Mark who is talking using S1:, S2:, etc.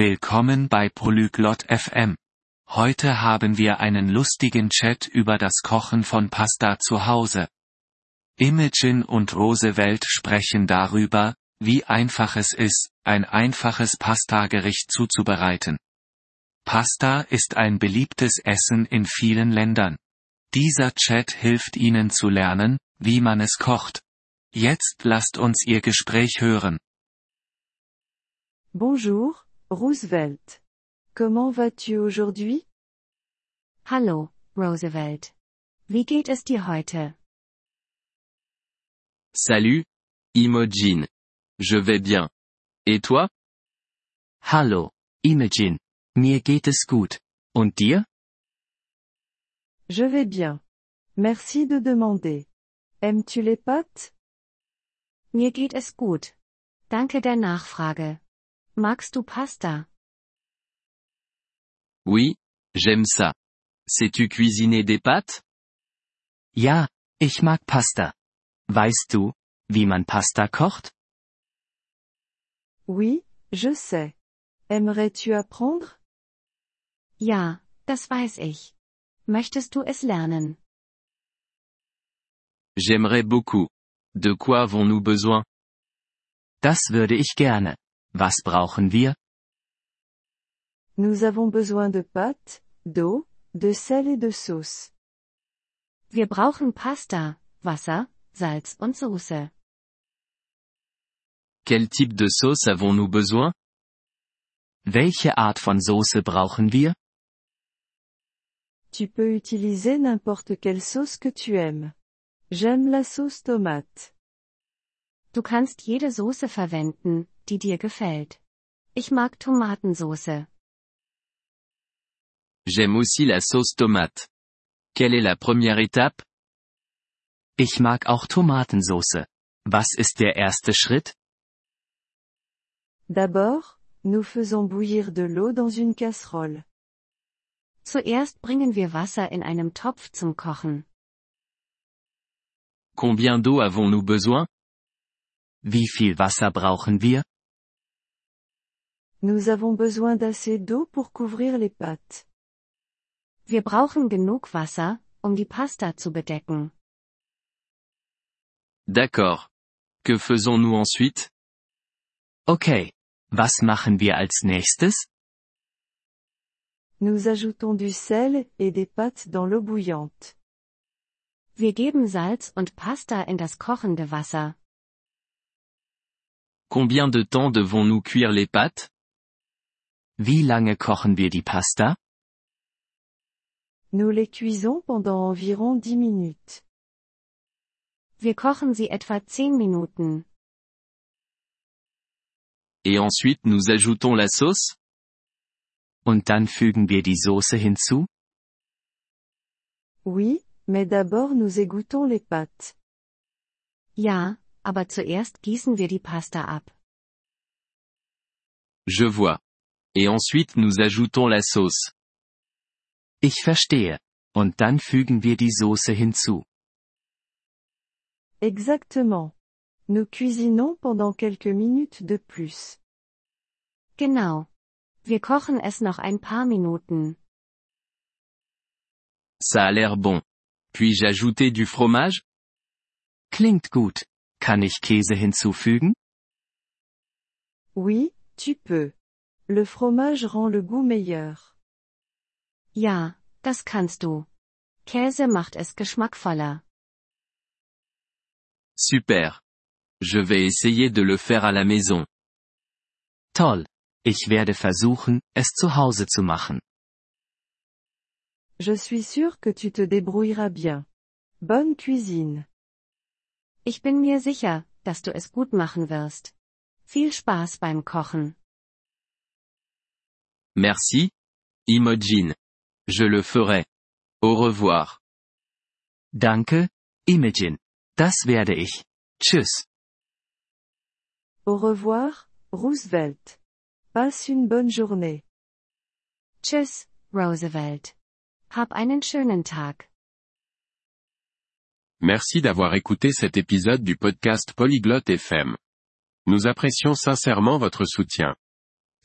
S1: Willkommen bei Polyglot FM. Heute haben wir einen lustigen Chat über das Kochen von Pasta zu Hause. Imogen und Roosevelt sprechen darüber, wie einfach es ist, ein einfaches Pastagericht zuzubereiten. Pasta ist ein beliebtes Essen in vielen Ländern. Dieser Chat hilft Ihnen zu lernen, wie man es kocht. Jetzt lasst uns Ihr Gespräch hören.
S2: Bonjour, Roosevelt. Comment vas-tu aujourd'hui?
S3: Hallo, Roosevelt. Wie geht es dir heute?
S4: Salut, Imogen. Je vais bien. Et toi?
S5: Hallo, Imogen. Mir geht es gut. Und dir?
S2: Je vais bien. Merci de demander. Aimes-tu les pâtes?
S3: Mir geht es gut. Danke der Nachfrage. Magst du Pasta?
S4: Oui, j'aime ça. Sais-tu cuisiner des pâtes?
S5: Ja, ich mag Pasta. Weißt du, wie man Pasta kocht?
S2: Oui, je sais. Aimerais-tu apprendre?
S3: Ja, das weiß ich. Möchtest du es lernen?
S4: J'aimerais beaucoup. De quoi avons-nous besoin?
S5: Das würde ich gerne. Was brauchen wir?
S2: Nous avons besoin de pâtes, d'eau, de sel et de sauce.
S3: Wir brauchen Pasta, Wasser, Salz und Soße.
S4: Quel type de sauce avons-nous besoin?
S5: Welche Art von Soße brauchen wir?
S2: Tu peux utiliser n'importe quelle sauce que tu aimes. J'aime la sauce tomate.
S3: Du kannst jede Soße verwenden, die dir gefällt. Ich mag Tomatensoße.
S4: J'aime aussi la sauce tomate. Quelle est la première étape?
S5: Ich mag auch Tomatensoße. Was ist der erste Schritt?
S2: D'abord, nous faisons bouillir de l'eau dans une casserole.
S3: Zuerst bringen wir Wasser in einem Topf zum Kochen.
S4: Combien d'eau avons-nous besoin?
S5: Wie viel Wasser brauchen wir?
S2: Nous avons besoin d'assez d'eau pour couvrir les pâtes.
S3: Wir brauchen genug Wasser, um die Pasta zu bedecken.
S4: D'accord. Que faisons-nous ensuite?
S5: Okay. Was machen wir als nächstes?
S2: Nous ajoutons du sel et des pâtes dans l'eau bouillante.
S3: Wir geben Salz und Pasta in das kochende Wasser.
S4: Combien de temps devons-nous cuire les pâtes?
S5: Wie lange kochen wir die Pasta?
S2: Nous les cuisons pendant environ 10 minutes.
S3: Wir kochen sie etwa 10 Minuten.
S4: Et ensuite nous ajoutons la sauce?
S5: Und dann fügen wir die Soße hinzu?
S2: Oui, mais d'abord nous égouttons les pâtes.
S3: Ja, aber zuerst gießen wir die Pasta ab.
S4: Je vois. Et ensuite nous ajoutons la sauce.
S5: Ich verstehe. Und dann fügen wir die Soße hinzu.
S2: Exactement. Nous cuisinons pendant quelques minutes de plus.
S3: Genau. Wir kochen es noch ein paar Minuten.
S4: Ça a l'air bon. Puis-je ajouter du fromage?
S5: Klingt gut. Kann ich Käse hinzufügen?
S2: Oui, tu peux. Le fromage rend le goût meilleur.
S3: Ja, das kannst du. Käse macht es geschmackvoller.
S4: Super. Je vais essayer de le faire à la maison.
S5: Toll. Ich werde versuchen, es zu Hause zu machen.
S2: Je suis sûr que tu te débrouilleras bien. Bonne cuisine.
S3: Ich bin mir sicher, dass du es gut machen wirst. Viel Spaß beim Kochen.
S4: Merci, Imogen. Je le ferai. Au revoir.
S5: Danke, Imogen. Das werde ich. Tschüss.
S2: Au revoir, Roosevelt. Passe une bonne journée.
S3: Tschüss, Roosevelt. Hab einen schönen Tag.
S6: Merci d'avoir écouté cet épisode du podcast Polyglotte FM. Nous apprécions sincèrement votre soutien.